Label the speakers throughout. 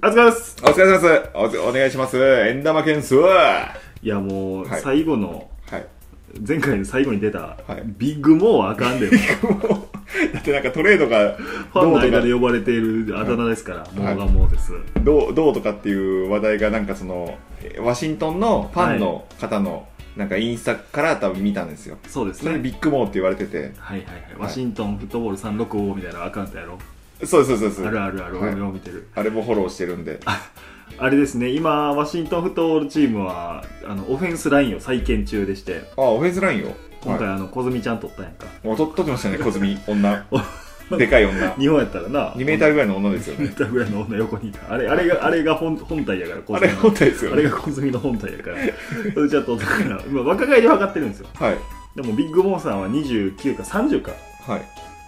Speaker 1: あずかです
Speaker 2: お疲れ様ですおつ。お願いします。円玉件数。はい
Speaker 1: やもう
Speaker 2: はい
Speaker 1: 最後の、
Speaker 2: い。
Speaker 1: 前回の最後に出た、
Speaker 2: い
Speaker 1: ビッグモーはあかんで も
Speaker 2: もうだってなんかトレードが
Speaker 1: ファン
Speaker 2: ど
Speaker 1: の
Speaker 2: うと
Speaker 1: 間で
Speaker 2: か
Speaker 1: 呼ばれているあだ名ですから、モーがモーです、
Speaker 2: どうどうとかっていう話題がなんかそのえワシントンのファンの方のなんかインスタから多分見たんですよ。
Speaker 1: そうです
Speaker 2: それで
Speaker 1: ね
Speaker 2: ビッグモーって言われてて。
Speaker 1: はいはいはいワシントンフットボール365みたいなアカウントやろ
Speaker 2: そうですそうですそう
Speaker 1: あ
Speaker 2: です。
Speaker 1: るあるある、
Speaker 2: はい
Speaker 1: 俺も見てる
Speaker 2: あれもフォローしてるんで。
Speaker 1: あれですね今ワシントンフットボールチームはあのオフェンスラインを再建中でして
Speaker 2: あ、オフェンスラインを。
Speaker 1: 今回
Speaker 2: は
Speaker 1: あの小泉ちゃん取ったやんか
Speaker 2: い、もうと撮ってましたね、小泉。女。でかい 女。
Speaker 1: 日本やったらな
Speaker 2: 2メーターぐらいの女ですよ
Speaker 1: 2メ
Speaker 2: ね。
Speaker 1: ーターぐらいの女横にいたあれあれがあれが本本体やから小
Speaker 2: あ
Speaker 1: 泉
Speaker 2: れ
Speaker 1: の
Speaker 2: 本体ですよ
Speaker 1: あれ
Speaker 2: ね。
Speaker 1: が小泉の本体だから、それちょっとだから、まあ、若返りは分かってるんですよ。
Speaker 2: はい。
Speaker 1: でも、ビッグモンさんは29か30か、
Speaker 2: はい。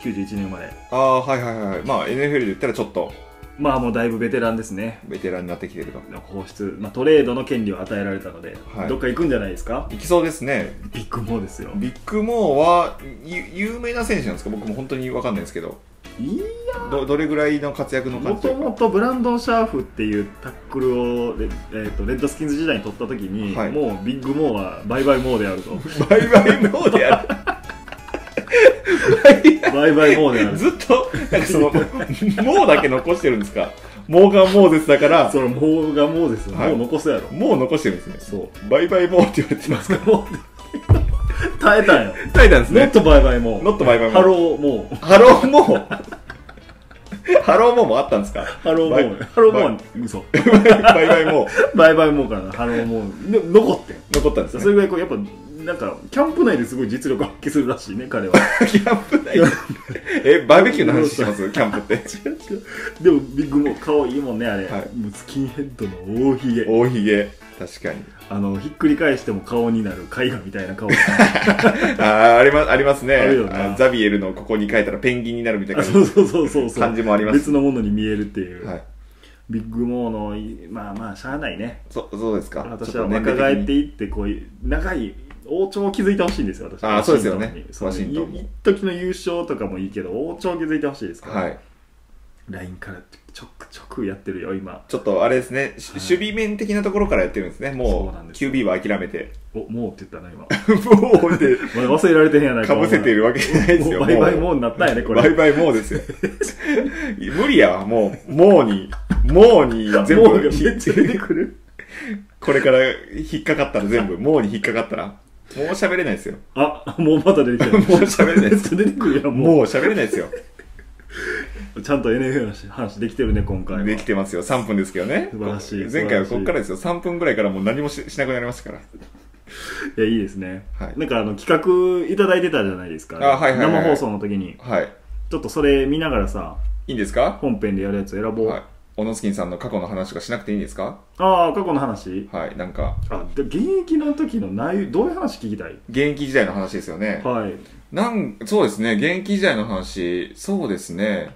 Speaker 1: 91年生まれ。
Speaker 2: ああ、はいはいはい。まあ NFL で言ったらちょっと
Speaker 1: まあ、もうだいぶベテランですね。
Speaker 2: ベテランになってきてると。
Speaker 1: 放出、まあ、トレードの権利を与えられたので、
Speaker 2: はい
Speaker 1: どっか行くんじゃないですか
Speaker 2: いきそうですね。
Speaker 1: ビッグモンですよ。
Speaker 2: ビッグモーはゆ有名な選手なんですか僕も本当にわかんないですけど
Speaker 1: いい
Speaker 2: どどれぐらいの活躍の
Speaker 1: も
Speaker 2: 感じ
Speaker 1: ともとブランドン・シャーフっていうタックルをレ,、えーとレッドスキンズ時代に取った時に、
Speaker 2: はい
Speaker 1: もうビッグモーはバイバイモーであると
Speaker 2: バイバイモーであ
Speaker 1: バイバイモーであ
Speaker 2: る
Speaker 1: る
Speaker 2: ずっとなんかそ のモーだけ残してるんですかモーガン・モーゼスだから
Speaker 1: それモーがモーですよ、
Speaker 2: はい
Speaker 1: もう残すやろ
Speaker 2: モー残してるんですね
Speaker 1: そう
Speaker 2: バイバイモーって言われてます
Speaker 1: マスカモーで耐えたんよ
Speaker 2: 耐えたんです
Speaker 1: ノッ
Speaker 2: ね
Speaker 1: トバイバイも
Speaker 2: ノットバイバイモー
Speaker 1: ハローもう
Speaker 2: ハローモーハローモーもあったんですか
Speaker 1: ハローも
Speaker 2: バイ
Speaker 1: うハローもう嘘
Speaker 2: バイバイモー
Speaker 1: バイバイもうからハローもうで残ってん
Speaker 2: 残ったんです
Speaker 1: そ
Speaker 2: ね
Speaker 1: れぐらいこうやっぱなんかキャンプ内ですごい実力を発揮するらしいね 彼は
Speaker 2: キャンプ内えバーベキューの話しますキャンプって
Speaker 1: でもビッグモー顔いいもんねあれ、
Speaker 2: はい
Speaker 1: もうスキンヘッドの大ひげ
Speaker 2: 大ひげ確かに
Speaker 1: あのひっくり返しても顔になる絵画みたいな 顔
Speaker 2: あーありますありますね
Speaker 1: あるよな
Speaker 2: あザビエルのここに書いたらペンギンになるみた い
Speaker 1: あ
Speaker 2: な
Speaker 1: そうそうそうそうそう
Speaker 2: 感じもあります
Speaker 1: 別のものに見えるっていう、
Speaker 2: はい
Speaker 1: ビッグモーのまあまあしゃあないね
Speaker 2: そそうですか
Speaker 1: 私
Speaker 2: ちょ
Speaker 1: は
Speaker 2: っと年
Speaker 1: 若
Speaker 2: 齢的
Speaker 1: 返っ
Speaker 2: に
Speaker 1: ていってこういう長い王朝を築いてほしいんですよ私
Speaker 2: あーそうですよね
Speaker 1: ワ
Speaker 2: ワ
Speaker 1: シ
Speaker 2: シ
Speaker 1: ン
Speaker 2: ン
Speaker 1: ト
Speaker 2: ト
Speaker 1: ン
Speaker 2: ン
Speaker 1: に
Speaker 2: も
Speaker 1: そう一時の優勝とかもいいけど王朝を築いてほしいですから、
Speaker 2: はい
Speaker 1: ラインからちょくちょくやってるよ今
Speaker 2: ちょっとあれですね、し
Speaker 1: はい
Speaker 2: 守備面的なところからやってるんですね
Speaker 1: そう
Speaker 2: も
Speaker 1: なん
Speaker 2: う
Speaker 1: ですよ
Speaker 2: QB は諦 めて
Speaker 1: おもうって言ったな今
Speaker 2: もうで
Speaker 1: まだ忘れられてへんやない
Speaker 2: かぶせているわけじゃないですよ
Speaker 1: もうバイバイ
Speaker 2: も
Speaker 1: もうになったんやねこ
Speaker 2: う
Speaker 1: れ
Speaker 2: バイバイもうですよ 無理やわもうもうにもうに全
Speaker 1: もうがめ
Speaker 2: 部
Speaker 1: っちゃ出てくる
Speaker 2: これから引っかかったら全部もうに引っかかったらもう喋れない ですよ
Speaker 1: あもうまた出てきた
Speaker 2: もう喋れない
Speaker 1: め
Speaker 2: で
Speaker 1: っ
Speaker 2: す
Speaker 1: ちゃ出てくるやん
Speaker 2: もう
Speaker 1: も
Speaker 2: 喋れないですよ
Speaker 1: うちゃんと NFL の話話できてるね今回は
Speaker 2: できてますよ3分ですけどね
Speaker 1: 素晴らしい
Speaker 2: 前回
Speaker 1: 素晴ら
Speaker 2: は
Speaker 1: しい
Speaker 2: ここからですよ3分ぐらいからもう何もししなくなりましたから
Speaker 1: いやいいですね、
Speaker 2: はい
Speaker 1: なんかあの企画いただいてたじゃないですか
Speaker 2: あはいはいはいはい
Speaker 1: 生放送の時に
Speaker 2: はい
Speaker 1: ちょっとそれ見ながらさ
Speaker 2: いいんですか
Speaker 1: 本編でやるやつ選ぼう、
Speaker 2: はい小野スキンさんの過去の話とかしなくていいんですか
Speaker 1: ああ過去の話
Speaker 2: はいなんか
Speaker 1: あで現役の時の内容どういう話聞きたい
Speaker 2: 現役時代の話ですよね
Speaker 1: はい
Speaker 2: なんそうですね現役時代の話そうですね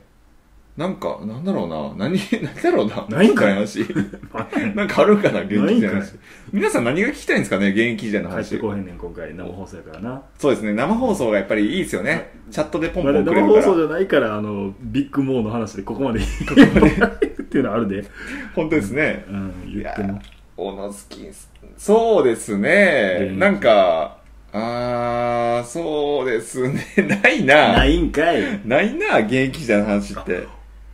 Speaker 2: なんかなんだろうな何何だろうな
Speaker 1: ないんかい
Speaker 2: 聞きたい 話 なんかあるかな現役時代の
Speaker 1: ないん
Speaker 2: 話皆さん何が聞きたいんですかね現役時代の
Speaker 1: 帰っ
Speaker 2: 話
Speaker 1: てこうへんねん今回生放送やからな
Speaker 2: そうですね生放送がやっぱりいいですよねチャットでポンポ
Speaker 1: まあ
Speaker 2: ンくれ
Speaker 1: 生
Speaker 2: るか
Speaker 1: 放
Speaker 2: ら
Speaker 1: 送じゃないからあのビッグモーの話でここまでっていうのあるで、
Speaker 2: 本当ですね
Speaker 1: うん、言っても
Speaker 2: おのずきんすそうですね
Speaker 1: うん
Speaker 2: なんかあーそうですね ないな
Speaker 1: ないいんかい
Speaker 2: ないな現役時代の話って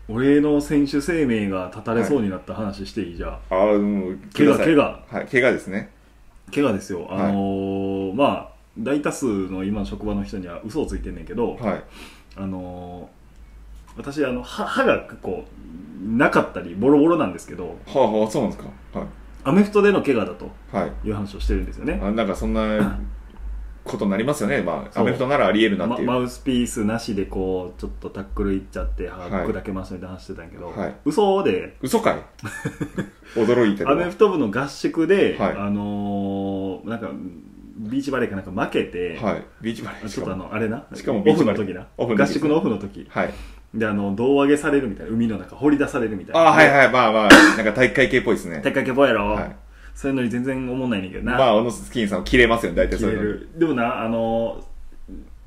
Speaker 1: 俺の選手生命が絶たれそうになった話していいじゃあ
Speaker 2: あーうん
Speaker 1: 怪我
Speaker 2: ください
Speaker 1: 怪我
Speaker 2: はい怪我ですね
Speaker 1: 怪我ですよあのーまあ大多数の今の職場の人には嘘をついてんねんけど、
Speaker 2: はい
Speaker 1: あのー私あの歯歯がこうなかったりボロボロなんですけど
Speaker 2: はあはあそうなんですかは
Speaker 1: アメフトでの怪我だと
Speaker 2: いはい
Speaker 1: いう話をしてるんですよね、
Speaker 2: あなんかそんな ことになりますよねまあ
Speaker 1: そう
Speaker 2: アメフトならありえるな
Speaker 1: ま
Speaker 2: っていう、
Speaker 1: マウスピースなしでこうちょっとタックルいっちゃって歯
Speaker 2: はい
Speaker 1: 砕けましたみたいな話してたんやけど、
Speaker 2: はい
Speaker 1: 嘘で
Speaker 2: 嘘かい驚いて
Speaker 1: アメ
Speaker 2: る
Speaker 1: フト部の合宿で、
Speaker 2: はい
Speaker 1: あのーなんかビーチバレーかなんか負けて、
Speaker 2: はいビーチバレー
Speaker 1: ちょっとあのあれな
Speaker 2: しかもビ
Speaker 1: オ
Speaker 2: ー
Speaker 1: フ
Speaker 2: チ
Speaker 1: の
Speaker 2: バレー
Speaker 1: 時な
Speaker 2: オフの時
Speaker 1: 合宿のオフの時
Speaker 2: はい
Speaker 1: であの胴上げされるみたいな海の中掘り出されるみたい
Speaker 2: あ
Speaker 1: な
Speaker 2: ーはいはいまあまあなんか体育会系っぽいですね
Speaker 1: 手掛けぼやろ、
Speaker 2: はい
Speaker 1: そういうのに全然思んないねんけどな、
Speaker 2: まあ、小野スキンさんは切れますよね、大体
Speaker 1: 切
Speaker 2: そう
Speaker 1: れ
Speaker 2: いうのに。
Speaker 1: るでもなあの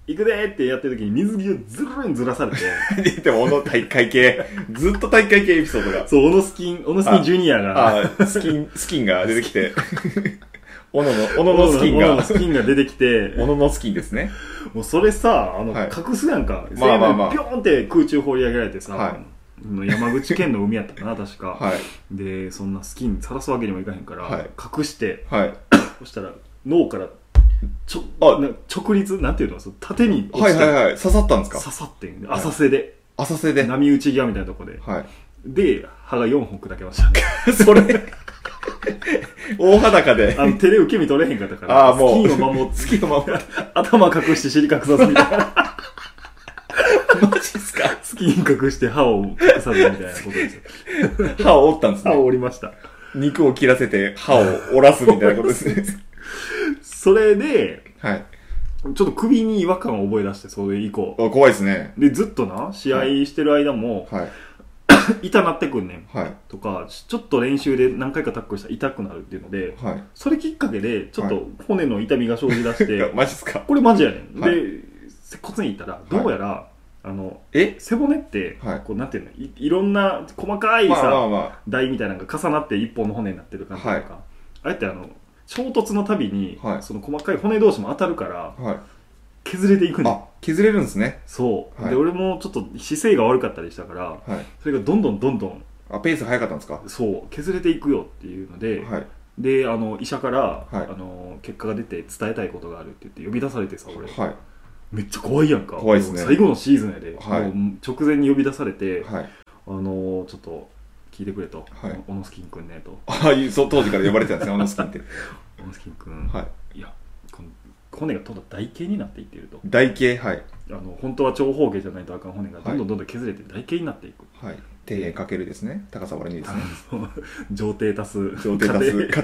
Speaker 1: 行くでーってやってる時に水着をずるんずらされて、
Speaker 2: 言っても、小野大会系、ずっと大会系エピソードが。
Speaker 1: そう、オノスキン、オノスキンジュニア が、
Speaker 2: ああ、スキン、スキンが出てきて。小野の、小
Speaker 1: オ
Speaker 2: 野のスキン
Speaker 1: オノの
Speaker 2: が。
Speaker 1: スキンが出てきて、
Speaker 2: 小野のスキンですね。
Speaker 1: もうそれさ、あの、
Speaker 2: はい
Speaker 1: 隠すやんか。
Speaker 2: まあまあまあ
Speaker 1: 全部ピョーンって空中放り上げられてさ、
Speaker 2: は
Speaker 1: の山口県の海やった かな、確か。
Speaker 2: はい。
Speaker 1: で、そんなスキンさらすわけにもいかへんから、
Speaker 2: はい
Speaker 1: 隠して、
Speaker 2: はい。
Speaker 1: そしたら脳からちょ
Speaker 2: あ
Speaker 1: な直立、なんていうのその縦に落
Speaker 2: は
Speaker 1: ち
Speaker 2: い
Speaker 1: て、
Speaker 2: はいはい。刺さったんですか
Speaker 1: 刺さってんで、
Speaker 2: はい
Speaker 1: 浅瀬で、
Speaker 2: 浅瀬で。は
Speaker 1: 波打ち際みたいなとこで。
Speaker 2: い。
Speaker 1: で、歯が4本砕けました、ね。
Speaker 2: それ、大裸で。
Speaker 1: あの、手で受け身取れへんかったから、
Speaker 2: ああ、も
Speaker 1: ス
Speaker 2: う。
Speaker 1: キンを守って、
Speaker 2: スキンを守っ
Speaker 1: 頭隠して尻隠さずみたいな。
Speaker 2: て。マジっすか
Speaker 1: スキン隠して歯を隠さずみたいなことですよ。
Speaker 2: 歯を折ったんです
Speaker 1: 歯を
Speaker 2: ね。
Speaker 1: 折りました。
Speaker 2: 肉を切らせて歯を折らすみたいなことですね。
Speaker 1: それで、
Speaker 2: はい。
Speaker 1: ちょっと首に違和感を覚え出して、それ以降。
Speaker 2: お怖いですね。
Speaker 1: で、ずっとな、試合してる間も、
Speaker 2: はい。
Speaker 1: 痛なってくんねん。
Speaker 2: はい。
Speaker 1: とか、ちょっと練習で何回かタックルしたら痛くなるっていうので、
Speaker 2: はい。
Speaker 1: それきっかけで、ちょっと骨の痛みが生じ出し
Speaker 2: いや
Speaker 1: て、
Speaker 2: マジっすか
Speaker 1: これマジやねん。
Speaker 2: は
Speaker 1: で、接骨院行ったら、どうやら、あの、
Speaker 2: え
Speaker 1: 背骨って
Speaker 2: はい、
Speaker 1: こう、なんていうの、いいろんな細かい
Speaker 2: まあまあ
Speaker 1: さ、
Speaker 2: ま
Speaker 1: 台みたいなのが重なって一本の骨になってる感じと
Speaker 2: はい
Speaker 1: か、あれってあの、衝突のたびに
Speaker 2: は、い
Speaker 1: その細かい骨同士も当たるから、
Speaker 2: あ。はい。
Speaker 1: 削れていくねん。
Speaker 2: あ、削れるんですね。
Speaker 1: そう。
Speaker 2: はい
Speaker 1: で、俺もちょっと姿勢が悪かったりしたから、
Speaker 2: はい。
Speaker 1: それがどんどんどんどん、
Speaker 2: あ、ペース早かったんですかは
Speaker 1: そう、削れていくよっていうので、
Speaker 2: い。
Speaker 1: で、あの、医者から、
Speaker 2: はい
Speaker 1: あの、結果が出て伝えたいことがあるって言って呼び出されてさ、俺、
Speaker 2: は
Speaker 1: めっちゃ怖いやんか。
Speaker 2: 怖いっすね
Speaker 1: もう最後のシーズンやで、
Speaker 2: はい
Speaker 1: もう直前に呼び出されて
Speaker 2: い。、はい。
Speaker 1: あの、ちょっと、聞いてくれと、
Speaker 2: はい
Speaker 1: 小野スキンくんねと、
Speaker 2: ああいう、そう、当時から呼ばれてたんで すね、小野スキンって。
Speaker 1: 小野スキンくん、
Speaker 2: はい。
Speaker 1: い、や、この骨がどんどん台形になっていっていると、
Speaker 2: 台形、はい。
Speaker 1: あの、本当は長方形じゃないとあかん骨がどんどんどんどん削れて台形になってい く。
Speaker 2: はい。底辺かけるですね。高さ割れにで すね。
Speaker 1: 上帝足す。
Speaker 2: 上底足す。
Speaker 1: 家
Speaker 2: 家
Speaker 1: 庭
Speaker 2: 庭。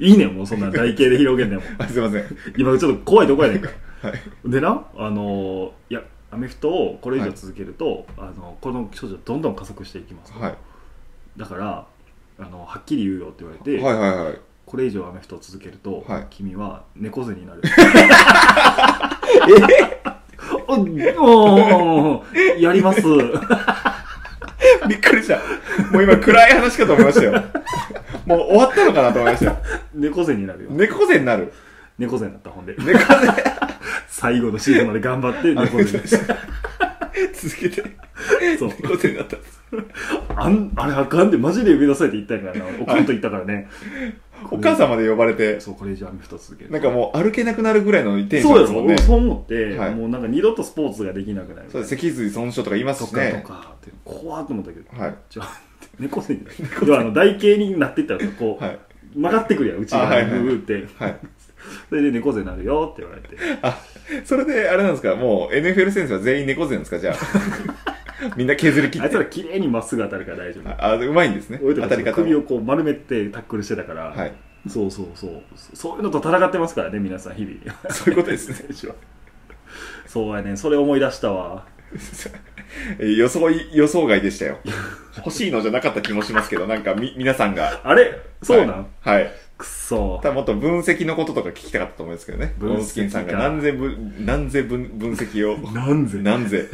Speaker 1: いいねん、もうそんな台形で広げんねんもん。
Speaker 2: あ、すいません。は
Speaker 1: 今ちょっと怖いとこやねんか。
Speaker 2: い。
Speaker 1: でな、あのーいや、アメフトをこれ以上続けると、あのこの症状どんどん加速していきます。
Speaker 2: はい。
Speaker 1: だから、あの、はっきり言うよって言われて、
Speaker 2: はいはいはい。
Speaker 1: これ以上アメフトを続けると、
Speaker 2: はい
Speaker 1: 君は猫背に なる。おおーやり ます。
Speaker 2: びっくりした。もう今暗い話かと思いまし たよ。もう終わったのかなと思いましたよ。
Speaker 1: 猫背になるよ。
Speaker 2: 猫背になる。
Speaker 1: 猫背になった、ほんで。
Speaker 2: 猫背。
Speaker 1: 最後のシーズンまで頑張って、猫背にな
Speaker 2: 続けて。
Speaker 1: る。そう。
Speaker 2: 猫背になった。
Speaker 1: あん、あれあかんで、マジで呼び出されて行ったんやからな。おかんと行ったからね。
Speaker 2: お母さんまで呼ばれて、
Speaker 1: そう、これ以上アメフト続ける。
Speaker 2: なんかもう歩けなくなるぐらいのテンシ
Speaker 1: そ
Speaker 2: ョン
Speaker 1: う
Speaker 2: で
Speaker 1: や
Speaker 2: す
Speaker 1: ろ、
Speaker 2: もんね
Speaker 1: 俺。そう思って、
Speaker 2: はい
Speaker 1: もうなんか二度とスポーツができなくなる。
Speaker 2: そう脊髄損傷とか言います
Speaker 1: と
Speaker 2: し
Speaker 1: かと
Speaker 2: ね。
Speaker 1: かって、怖っと思ったけど、
Speaker 2: はい。
Speaker 1: じゃあ、猫背に なる。要はあの、台形になってったら、こう、
Speaker 2: はい。
Speaker 1: 曲がってくるやん、うちが、
Speaker 2: あはいはい
Speaker 1: グーって。
Speaker 2: はい。
Speaker 1: それで猫背になるよって言われて。
Speaker 2: それで、あれなんですか、もう NFL 選手は全員猫背なんですか、じゃあ。 みんな削り 切
Speaker 1: あ
Speaker 2: っ
Speaker 1: いつ
Speaker 2: て。
Speaker 1: ら綺麗にまっすぐ当たるから大丈夫。
Speaker 2: あ、うまいんですね。
Speaker 1: 俺
Speaker 2: 当
Speaker 1: とか
Speaker 2: たり方
Speaker 1: 首
Speaker 2: も。
Speaker 1: をこう丸めてタックルしてたから、
Speaker 2: はい。
Speaker 1: そうそうそう。そういうのと戦ってますからね、皆さん、日々。
Speaker 2: そういうことですね。
Speaker 1: 選手はそうやねんそれ思い出したわ
Speaker 2: え予想い、予想外でした よ。欲しいのじゃなかった気もしますけど、なんかみ、皆さんが。
Speaker 1: あれそうなん、
Speaker 2: はい。はい。
Speaker 1: くっそ
Speaker 2: ただもっと分析のこととか聞きたかったと思うんですけどね。
Speaker 1: 分析か
Speaker 2: 分析さんが何千分、何千分、分析を。
Speaker 1: なんぜ
Speaker 2: 何千。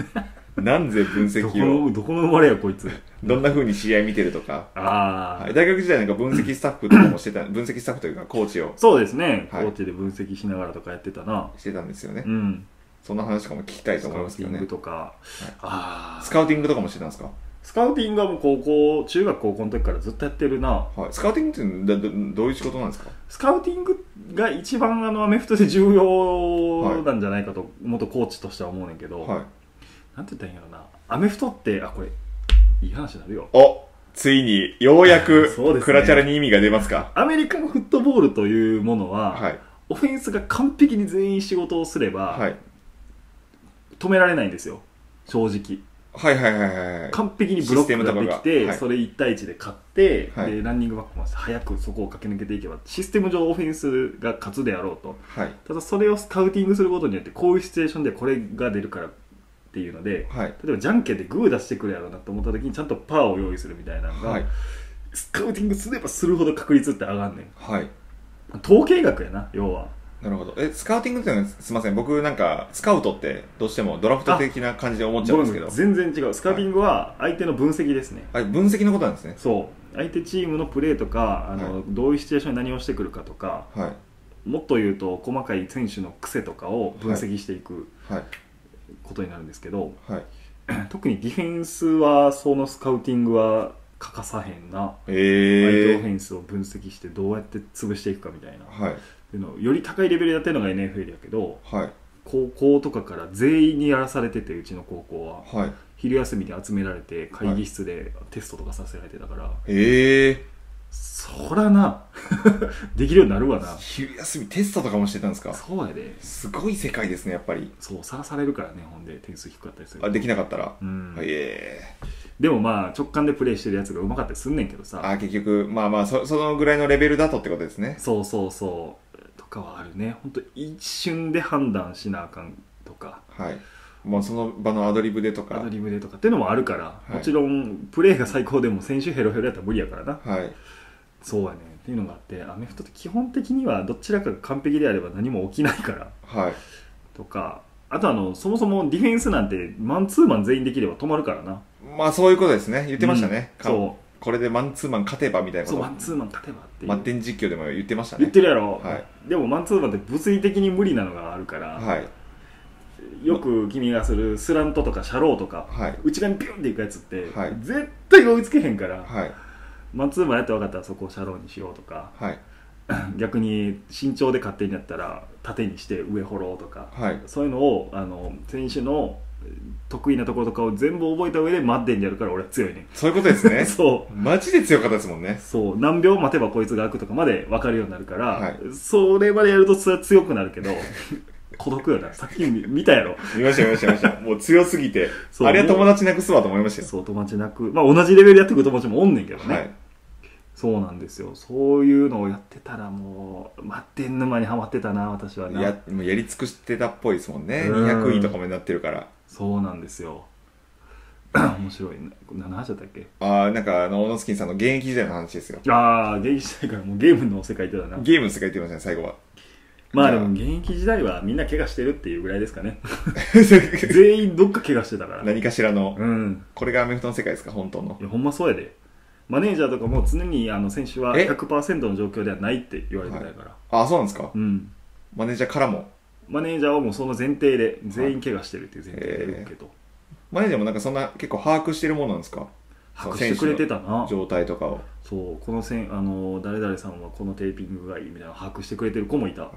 Speaker 2: 何千分
Speaker 1: どこ
Speaker 2: 析を。
Speaker 1: の どこの生まれやこいつ
Speaker 2: どんな風に試合見てるとか。
Speaker 1: ああ、
Speaker 2: はい、大学時代なんか分析スタッフとかもして た、分析スタッフというかコーチを
Speaker 1: そうですね、
Speaker 2: はい
Speaker 1: コーチで分析しながらとかやってたな
Speaker 2: してたんですよね
Speaker 1: う。ん
Speaker 2: そんな話とかも聞きたいと
Speaker 1: ス
Speaker 2: 思い
Speaker 1: カウ
Speaker 2: ます
Speaker 1: テ
Speaker 2: け
Speaker 1: ィ
Speaker 2: ど
Speaker 1: ング
Speaker 2: ね。
Speaker 1: とか、ああ
Speaker 2: スカウティングとかもしてたんですか
Speaker 1: スカウティングはもう高校中学高校の時からずっとやってるな
Speaker 2: はい。スカウティングってどどどういう仕事なんですか
Speaker 1: スカウティングが一番あのアメフトで重要なんじゃないかと、元コーチとしては思うねんけど、
Speaker 2: はい。
Speaker 1: なんて言ったらいいんやろなアメフトってあこれいい話になるよ
Speaker 2: おついに、ようやく
Speaker 1: そうですね、
Speaker 2: クラチャレに意味が出ますか
Speaker 1: アメリカンフットボールというものは、
Speaker 2: はい。
Speaker 1: オフェンスが完璧に全員仕事をすれば、
Speaker 2: はい。
Speaker 1: 止められないんですよ正直
Speaker 2: はいはいはいはいはい。
Speaker 1: 完璧にブロックがで
Speaker 2: シ
Speaker 1: き
Speaker 2: ステムと
Speaker 1: て、
Speaker 2: かがはい
Speaker 1: それ1対1で勝って、
Speaker 2: はい
Speaker 1: でランニングバックも早くそこを駆け抜けていけばシステム上オフェンスが勝つであろうと
Speaker 2: はい。
Speaker 1: ただそれをスカウティングすることによってこういうシチュエーションでこれが出るからっていうので
Speaker 2: はい。
Speaker 1: 例えばじゃんけんでグー出してくるやろうなと思った時にちゃんとパーを用意するみたいなのが、
Speaker 2: はい。
Speaker 1: スカウティングすればするほど確率って上がんねん
Speaker 2: はい。
Speaker 1: 統計学やな要は
Speaker 2: なるほど。え、スカウティングっていうのは、すみません。僕なんか、スカウトって、どうしてもドラフト的な感じで思っちゃうんですけど。
Speaker 1: 全然違うスカウティングは相手の分析ですね、
Speaker 2: あれ、分析のことなんですね。
Speaker 1: そう相手チームのプレーとかあの、
Speaker 2: は
Speaker 1: どういうシチュエーションに何をしてくるかとか
Speaker 2: は
Speaker 1: もっと言うと細かい選手の癖とかを分析していく
Speaker 2: い。はい。
Speaker 1: ことになるんですけど、
Speaker 2: はい。
Speaker 1: 特にディフェンスはそのスカウティングは欠かさへんな、相手オフ
Speaker 2: え
Speaker 1: ェンスを分析してどうやって潰していくかみたいな
Speaker 2: ー。はい。
Speaker 1: っていうのをより高いレベルでやってるのが NFL やけど
Speaker 2: はい。
Speaker 1: 高校とかから全員にやらされててうちの高校は
Speaker 2: はい。
Speaker 1: 昼休みに集められて会議室でテストとかさせられてたから、
Speaker 2: ええ
Speaker 1: そらな できるようになるわ
Speaker 2: ー。
Speaker 1: な
Speaker 2: 昼休みテストとかもしてたんですか
Speaker 1: そうやです
Speaker 2: ごい世界ですね、やっぱり。
Speaker 1: そうさらされるからねほんで点数低かったりする
Speaker 2: あできなかったら。
Speaker 1: うん
Speaker 2: ええ
Speaker 1: でもまあ直感でプレーしてるやつがうまかったりすんねんけど
Speaker 2: ー。
Speaker 1: さ
Speaker 2: あ、結局、まあまあそ、そのぐらいのレベルだとってことですね。
Speaker 1: そうそうそうとかはあるねほんと一瞬で判断しなあかんとか
Speaker 2: はい。もうその場のアドリブでと
Speaker 1: ア
Speaker 2: か
Speaker 1: ド。リブでとかっていうのもあるから、
Speaker 2: い
Speaker 1: もちろんプレーが最高でも選手ヘロヘロやったら無理やからな
Speaker 2: はい。
Speaker 1: そうやねっていうのがあってアメフトって基本的にはどちらかが完璧であれば何も起きないから
Speaker 2: はい。
Speaker 1: とかあとあのそもそもディフェンスなんてマンツーマン全員できれば止まるからな
Speaker 2: まあ、そういうことですね。言ってましたね。
Speaker 1: うん
Speaker 2: か
Speaker 1: そ
Speaker 2: これでマンツーマン勝てばみたいうな
Speaker 1: そ
Speaker 2: こ
Speaker 1: う
Speaker 2: と
Speaker 1: マンツーマン勝てばっていう
Speaker 2: マッテン実況でも言ってましたね
Speaker 1: 言ってるやろ、
Speaker 2: は
Speaker 1: でもマンツーマンって物理的に無理なのがあるから、
Speaker 2: はい
Speaker 1: よく君がするスラントとかシャローとか、
Speaker 2: はい
Speaker 1: 内側にピュンっていくやつって、
Speaker 2: はい
Speaker 1: 絶対追いつけへんから、
Speaker 2: はい
Speaker 1: マンツーマンやって分かったらそこをシャローにしようとか
Speaker 2: はい
Speaker 1: 逆に身長で勝手にやったら縦にして上掘ろうとか、
Speaker 2: はい
Speaker 1: そういうのをあの選手のえー得意なところとかを全部覚えた上で待ってんでやるから俺は強いね
Speaker 2: そういうことです ね
Speaker 1: そ
Speaker 2: マジで強かったですもん
Speaker 1: う
Speaker 2: ね
Speaker 1: そう何秒待てばこいつが開くとかまで分かるようになるから、
Speaker 2: はい
Speaker 1: それまでやるとそれは強くなるけ ど孤独よなさっき見見たやろ
Speaker 2: 見ました見ました見ましたもう強すぎて
Speaker 1: そう
Speaker 2: あれは友達なくすわと思いましたよ
Speaker 1: そう友達なくまあ同じレベルでやってくる友達もおんねんけどね、
Speaker 2: はい
Speaker 1: そうなんですよそういうのをやってたらもう待ってん沼にはまってたな私はな
Speaker 2: やもうやり尽くしてたっぽいですもんね
Speaker 1: うん
Speaker 2: 200位とかもになってるから
Speaker 1: そうなんです よ面白いね何の話だったっけ
Speaker 2: ああなんかあのオノスキンさんの現役時代の話ですよ
Speaker 1: ああ現役時代からもうゲームの世界でだな
Speaker 2: ゲームの世界って言ってましたね最後は
Speaker 1: まあでも現役時代はみんな怪我してるっていうぐらいですかね 全員どっか怪我してたから
Speaker 2: 何かしらの
Speaker 1: うん
Speaker 2: これがアメフトの世界ですか本当の
Speaker 1: いやほんまそうやでマネージャーとかも常にあの選手は
Speaker 2: え
Speaker 1: 100%の状況ではないって言われてたから、
Speaker 2: ああそうなんですか
Speaker 1: うん
Speaker 2: マネージャーからも
Speaker 1: マネージャーはもうその前提で全員怪我してるっていう前提で言うけど、
Speaker 2: マネージャーもなんかそんな結構把握してるものなんですか
Speaker 1: 把握してくれてたな
Speaker 2: 状態とかを
Speaker 1: そうこのせんあの誰々さんはこのテーピングがいいみたいなの把握してくれてる子もいた、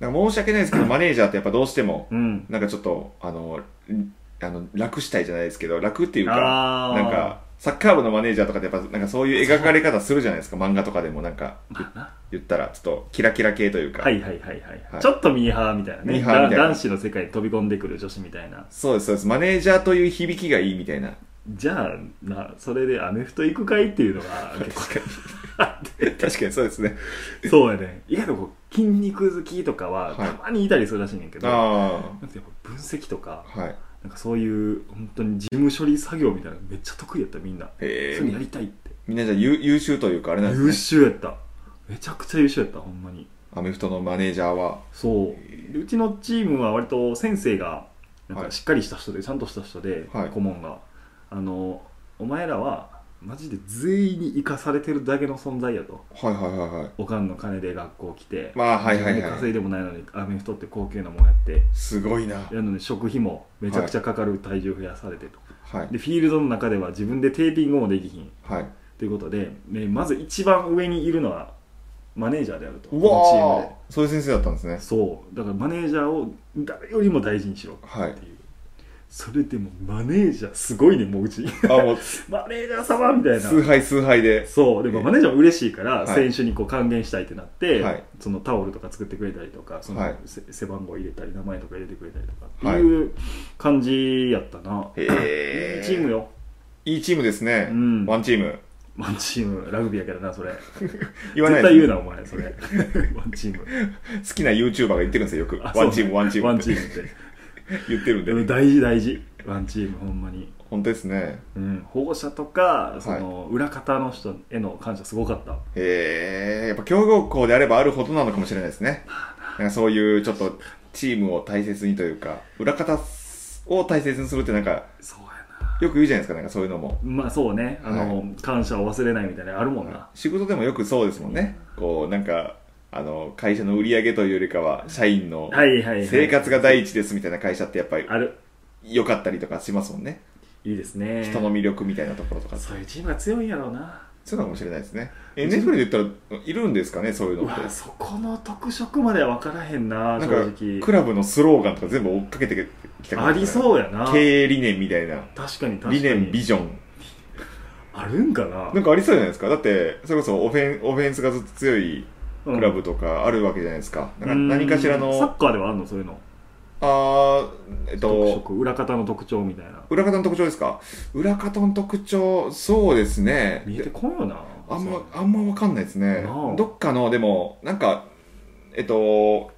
Speaker 2: なんか申し訳ないですけど、マネージャーってやっぱどうしても、
Speaker 1: うん
Speaker 2: なんかちょっと、あの、んあの楽したいじゃないですけど、楽っていうか、
Speaker 1: ああ
Speaker 2: なんか、サッカー部のマネージャーとかってやっぱ、なんかそういう描かれ方するじゃないですか、漫画とかでもなんか、
Speaker 1: まあな
Speaker 2: 言ったら、ちょっとキラキラ系というか。
Speaker 1: はいはいはいはい、
Speaker 2: はい
Speaker 1: ちょっとミーハーみたいなね
Speaker 2: ミーハーみたいな
Speaker 1: だ男子の世界に飛び込んでくる女子みたいな
Speaker 2: そうです、そうです。マネージャーという響きがいいみた いな。
Speaker 1: じゃあなそれでアメフト行くかいっていうの が結構
Speaker 2: 確かにそうですね。
Speaker 1: そうやね意外とこう筋肉好きとかは
Speaker 2: はい
Speaker 1: たまにいたりするらしいねんけど、
Speaker 2: あ
Speaker 1: なんかやっぱ分析とか
Speaker 2: あ。はい。
Speaker 1: なんかそういう本当に事務処理作業みたいなのめっちゃ得意やったみんなそう
Speaker 2: へ
Speaker 1: い
Speaker 2: え
Speaker 1: うのやりたいって
Speaker 2: みんなじゃあ優優秀というか、あれなんで
Speaker 1: 優
Speaker 2: すね。
Speaker 1: 秀やっためちゃくちゃ優秀やったほんまに
Speaker 2: アメフトのマネージャーは。
Speaker 1: そうでうちのチームは割と先生がなん
Speaker 2: は
Speaker 1: か
Speaker 2: い
Speaker 1: しっかりした人で、ちゃんとした人で、
Speaker 2: はい
Speaker 1: 顧問があのお前らはマジで全員に生かされてるだけの存在やと
Speaker 2: はいはいはいはい。
Speaker 1: おかんの金で学校来て、
Speaker 2: まあ、はいは
Speaker 1: 自
Speaker 2: い
Speaker 1: 分で
Speaker 2: は
Speaker 1: 稼
Speaker 2: い。
Speaker 1: いでもないのにアメフトって高級なもんやって
Speaker 2: すごいな。
Speaker 1: やので食費もめちゃくちゃかかる体重増やされてと、
Speaker 2: はい。
Speaker 1: でフィールドの中では自分でテーピングもできひん
Speaker 2: はい。
Speaker 1: ということで、ね、まず一番上にいるのはマネージャーであるとこの
Speaker 2: う
Speaker 1: チーム
Speaker 2: わ
Speaker 1: で
Speaker 2: ーそういう先生だったんです ね。
Speaker 1: そうだからマネージャーを誰よりも大事にしろっていう、
Speaker 2: はい
Speaker 1: それでもマネージャーすごいねもうう ち
Speaker 2: あ、もう、
Speaker 1: マネージャー様みたいな
Speaker 2: 崇拝崇拝で。
Speaker 1: そうでもマネージャーも嬉しいから、
Speaker 2: はい
Speaker 1: 選手にこう還元したいってなって、
Speaker 2: はい
Speaker 1: そのタオルとか作ってくれたりとかその、
Speaker 2: はい
Speaker 1: せ背番号入れたり名前とか入れてくれたりとかっていう感じやったな、
Speaker 2: へ
Speaker 1: いいチーム。よ
Speaker 2: いいチームですね。
Speaker 1: うん
Speaker 2: ワンチーム。
Speaker 1: ワンチームラグビーやけどなそれ
Speaker 2: 言わない
Speaker 1: 絶対言う
Speaker 2: う
Speaker 1: なお前 それワンチーム
Speaker 2: 好きな YouTuber が言ってるんですよ、よく。
Speaker 1: あ
Speaker 2: ワンチーム、ワンチーム。
Speaker 1: ワンチームって
Speaker 2: 言ってるん
Speaker 1: でも
Speaker 2: で。
Speaker 1: 大事大事ワンチームほんまに
Speaker 2: 本当ですね。
Speaker 1: うん、保護者とかその裏方の人への感謝すごかった、
Speaker 2: へえ。やっぱ強豪校であればあるほどなのかもしれないですね。なんかそういうちょっとチームを大切にというか、裏方を大切にするってなんか、
Speaker 1: そうやな
Speaker 2: よく言うじゃないですか、なんかそういうのも。
Speaker 1: まあそうねあの、感謝を忘れないみたいなのあるもんな、
Speaker 2: 仕事でもよくそうですもんね。こう、なんか、あの、会社の売り上げというよりかは、社員の
Speaker 1: はいはいはい
Speaker 2: 生活が第一ですみたいな会社ってやっぱり
Speaker 1: ある
Speaker 2: 良かったりとかしますもんね。
Speaker 1: いいですね
Speaker 2: 人の魅力みたいなところとかって。
Speaker 1: そういうチームが強いんやろうな
Speaker 2: そうなのかもしれないですね。NFL で言ったら、いるんですかね、そういう
Speaker 1: う
Speaker 2: のって。
Speaker 1: わそこの特色までは分からへんな
Speaker 2: なん
Speaker 1: 正
Speaker 2: か、
Speaker 1: 直
Speaker 2: クラブのスローガンとか全部追っかけてきた
Speaker 1: ありそううやな確
Speaker 2: 経営理念みたいな。
Speaker 1: かに確かに
Speaker 2: 理念、ビジョン。
Speaker 1: あるんかな
Speaker 2: なんかありそうじゃないですか。だって、それこそオフェンオフェンスがずっと強いクラ
Speaker 1: うん
Speaker 2: ブとかあるわけじゃないですか。なん
Speaker 1: う
Speaker 2: か
Speaker 1: ん
Speaker 2: 何かしら
Speaker 1: サ
Speaker 2: の、
Speaker 1: ッカーではあるのそういうの
Speaker 2: あー、えっ
Speaker 1: 特
Speaker 2: と、
Speaker 1: 色裏方の特徴みたいな
Speaker 2: 裏方の特徴ですか裏方の特徴、そうですね。
Speaker 1: 見えてこんよな
Speaker 2: あんま
Speaker 1: そう、
Speaker 2: あんまわかんないですね
Speaker 1: なあ。
Speaker 2: どっかの、でも、なんか、えっと、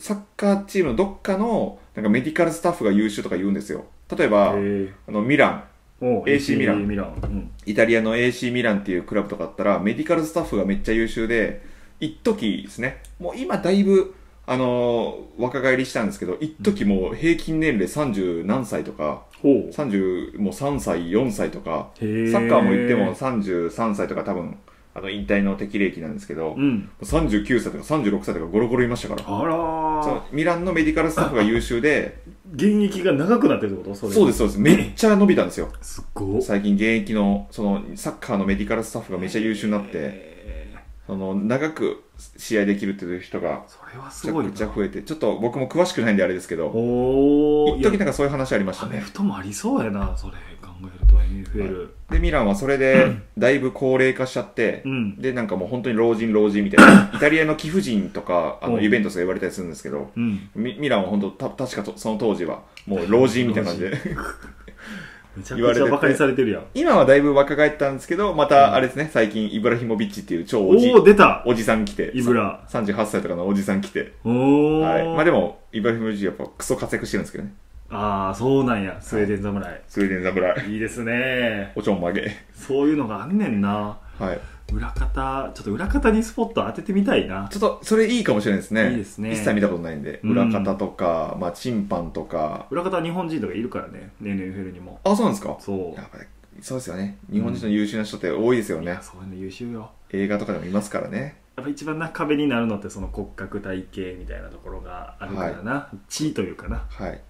Speaker 2: サッカーチームのどっかの、なんかメディカルスタッフが優秀とか言うんですよ。例えば、
Speaker 1: へ
Speaker 2: あの、ミラン、
Speaker 1: えおう
Speaker 2: AC ミラン
Speaker 1: ミラン、うん
Speaker 2: イタリアの AC ミランっていうクラブとかあったら、メディカルスタッフがめっちゃ優秀で、一時ですね、もう今だいぶ、あのー若返りしたんですけど、一時もう平均年齢30何歳とか、
Speaker 1: ほう
Speaker 2: 30、もう3歳、4歳とか、
Speaker 1: サ
Speaker 2: サッカーも行っても33歳とか多分、あの、引退の適齢期なんですけど、
Speaker 1: うん
Speaker 2: 39歳とか36歳とかゴロゴロいましたから。
Speaker 1: あら
Speaker 2: そう
Speaker 1: ー
Speaker 2: ミランのメディカルスタッフが優秀で、
Speaker 1: 現役が長くなってるってことそれ
Speaker 2: そうです、そうです。めっちゃ伸びたんですよ。
Speaker 1: すっごい
Speaker 2: 最近現役の、その、サッカーのメディカルスタッフがめっちゃ優秀になって、
Speaker 1: え
Speaker 2: その、長く試合できるっていう人
Speaker 1: ー、
Speaker 2: が
Speaker 1: それはす
Speaker 2: めちゃ
Speaker 1: ごい
Speaker 2: く
Speaker 1: な
Speaker 2: ちゃ増えて、ちょっと僕も詳しくないんであれですけど、
Speaker 1: おお
Speaker 2: 一時なんかそういう話ありました
Speaker 1: アメ
Speaker 2: ね
Speaker 1: フ。トもありそうやなそれ考えると NFL、
Speaker 2: で、ミランはそれで、だいぶ高齢化しちゃって
Speaker 1: う、ん
Speaker 2: で、なんかもう本当に老人老人みたいな。イタリアの貴婦人とか、あ
Speaker 1: う
Speaker 2: の、
Speaker 1: ん
Speaker 2: ユベントスが言われたりするんですけど、
Speaker 1: うん
Speaker 2: ミミランは本当た、確かとその当時は、もう老人みたいな感じで。
Speaker 1: めちゃ
Speaker 2: 言わ
Speaker 1: くち
Speaker 2: れて
Speaker 1: ゃ
Speaker 2: て
Speaker 1: バカにされてるやん
Speaker 2: 今はだいぶ若返ったんですけど、ま
Speaker 1: うん
Speaker 2: た、あれですね、最近、イブラヒモビッチっていう超おじ
Speaker 1: お、お出た
Speaker 2: おじさん来て。
Speaker 1: イブラ
Speaker 2: さ。38歳とかのおじさん来て。
Speaker 1: おお、
Speaker 2: はい。まあでも、イブラヒモビッチやっぱクソ活躍してるんですけどね。
Speaker 1: ああそうなんやスウェーデン侍、
Speaker 2: スウェーデン侍。
Speaker 1: い、いですね
Speaker 2: おちょ んまげ。
Speaker 1: そういうのがあんねんな
Speaker 2: はい。
Speaker 1: 裏方ちょっと裏方にスポット当ててみたいな
Speaker 2: ちょっと、それいいかもしれないですね。
Speaker 1: いいですね
Speaker 2: 一切見たことないんで。
Speaker 1: うん
Speaker 2: 裏方とか、まあ、チンパンとか。
Speaker 1: 裏方は日本人とかいるからね NFL にも
Speaker 2: あ、そうなんですか
Speaker 1: そう
Speaker 2: やっぱり、そうですよね。日本人の優秀な人って多いですよ
Speaker 1: い
Speaker 2: ね
Speaker 1: や。そういうの優秀よ
Speaker 2: 映画とかでもいますからね。
Speaker 1: やっぱ一番な壁になるのってその骨格体型みたいなところがあるからな、地位というかな
Speaker 2: はい。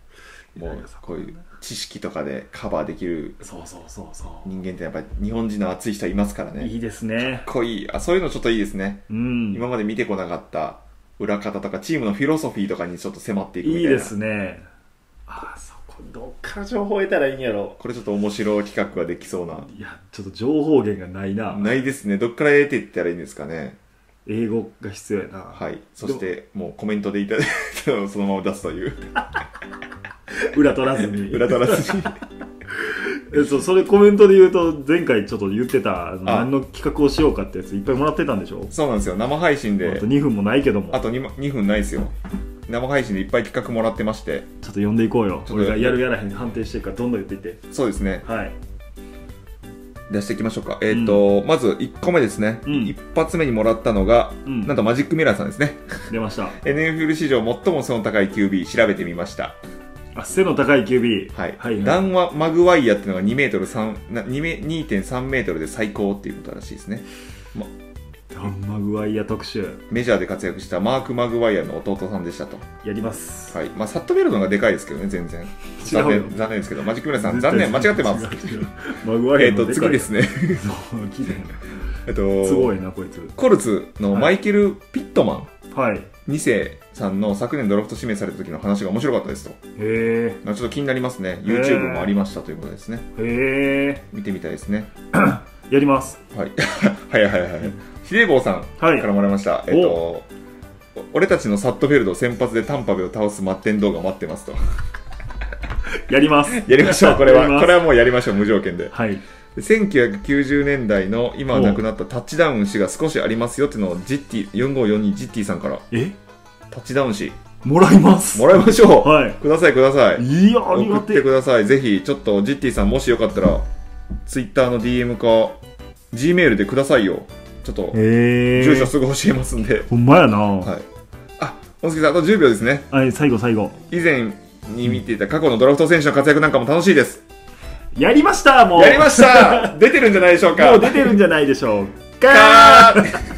Speaker 2: も
Speaker 1: いや
Speaker 2: う
Speaker 1: そ、
Speaker 2: こういう知識とかでカバーできる
Speaker 1: そうそうそうそう、
Speaker 2: 人間ってやっぱり日本人の熱い人いますからね。
Speaker 1: いいですね
Speaker 2: かっこいいあそういうのちょっといいですね、
Speaker 1: うん
Speaker 2: 今まで見てこなかった裏方とかチームのフィロソフィーとかにちょっと迫っていくみた
Speaker 1: い
Speaker 2: い
Speaker 1: い
Speaker 2: な
Speaker 1: ですねああそこどっから情報得たらいいんやろ
Speaker 2: これちょっと面白い企画ができそうない
Speaker 1: やちょっと情報源がないな
Speaker 2: ないですねどっから得ていったらいいんですかね
Speaker 1: 英語が必要やな、
Speaker 2: はいそしてもうコメントでいただいたのをそのまま出すという
Speaker 1: 裏取らずに
Speaker 2: 裏取らずに
Speaker 1: えそうそれコメントで言うと前回ちょっと言ってたあの
Speaker 2: あ
Speaker 1: 何の企画をしようかってやついっぱいもらってたんでしょ
Speaker 2: そうなんですよ生配信
Speaker 1: あ
Speaker 2: で
Speaker 1: と2分もないけども
Speaker 2: あと 2, 2分ないですよ生配信でいっぱい企画もらってまして
Speaker 1: ちょっと呼んでいこうよ
Speaker 2: ちょっと
Speaker 1: 俺がやるやらへん判定してるからどんどん言っていって
Speaker 2: そうですね
Speaker 1: はい
Speaker 2: 出していきましょうかえっ、と、まず1個目ですね、
Speaker 1: うん
Speaker 2: 一発目にもらったのが、
Speaker 1: うん
Speaker 2: なんとマジックミラーさんですね
Speaker 1: 出ました
Speaker 2: NFL 史上最も背の高い QB 調べてみました、
Speaker 1: あ背の高い QB
Speaker 2: はい
Speaker 1: はいはい
Speaker 2: ダンはマグワイヤっていうのが2メートル3な2メ2.3メートルで最高っていうことらしいですね
Speaker 1: ダンマグワイヤ特集
Speaker 2: メジャーで活躍したマーク・マグワイヤの弟さんでしたと、
Speaker 1: やります、
Speaker 2: はいまあ、サットベルトの方がでかいですけどね全然
Speaker 1: 違うよ
Speaker 2: 残念残念ですけどマジック・ミラーさん残念間違ってます
Speaker 1: 違う違うマグワイ
Speaker 2: え
Speaker 1: ヤ
Speaker 2: っと次ですすね
Speaker 1: そう聞いてへん
Speaker 2: えっと
Speaker 1: すごいなこいつ
Speaker 2: コルツのマイケル・ピットマン、
Speaker 1: はいへ
Speaker 2: 2世さんの昨年ドラフト指名された時の話が面白かったですと
Speaker 1: え
Speaker 2: ちょっと気になりますね YouTube もありましたということですね
Speaker 1: へえ
Speaker 2: 見てみたいですね
Speaker 1: やります
Speaker 2: はい、 はいはいはいはい。ひでぼうさんか
Speaker 1: はい
Speaker 2: らもらいました。えっと、お俺たちのサットフェルド先発でタンパベを倒すマッテン動画待ってますと。
Speaker 1: やります
Speaker 2: やりましょう、こ れ
Speaker 1: やりま
Speaker 2: は。
Speaker 1: す
Speaker 2: これはもうやりましょう、無条件で。
Speaker 1: はい
Speaker 2: 1990年代の今は亡くなったタッチダウン氏が少しありますよっていうのをジッティ、4542ジッティさんから、
Speaker 1: え
Speaker 2: タッチダウン氏、
Speaker 1: もらいます
Speaker 2: もらいましょう。
Speaker 1: はい
Speaker 2: ください、ください。
Speaker 1: いやあり
Speaker 2: 送
Speaker 1: が
Speaker 2: ってて
Speaker 1: え
Speaker 2: ください。ぜひ、ちょっとジッティさん、もしよかったら、Twitter の DM か、G メールでくださいよ。ちょっと、
Speaker 1: え
Speaker 2: 住所すぐ教えますんで。
Speaker 1: ほんまやな、
Speaker 2: はい。あ、大月さん、あと10秒ですね。
Speaker 1: はい、最後最後。
Speaker 2: 以前に見ていた過去のドラフト選手の活躍なんかも楽しいです。
Speaker 1: やりましたもう
Speaker 2: やりました出てるんじゃないでしょうか
Speaker 1: もう出てるんじゃないでしょうか
Speaker 2: かー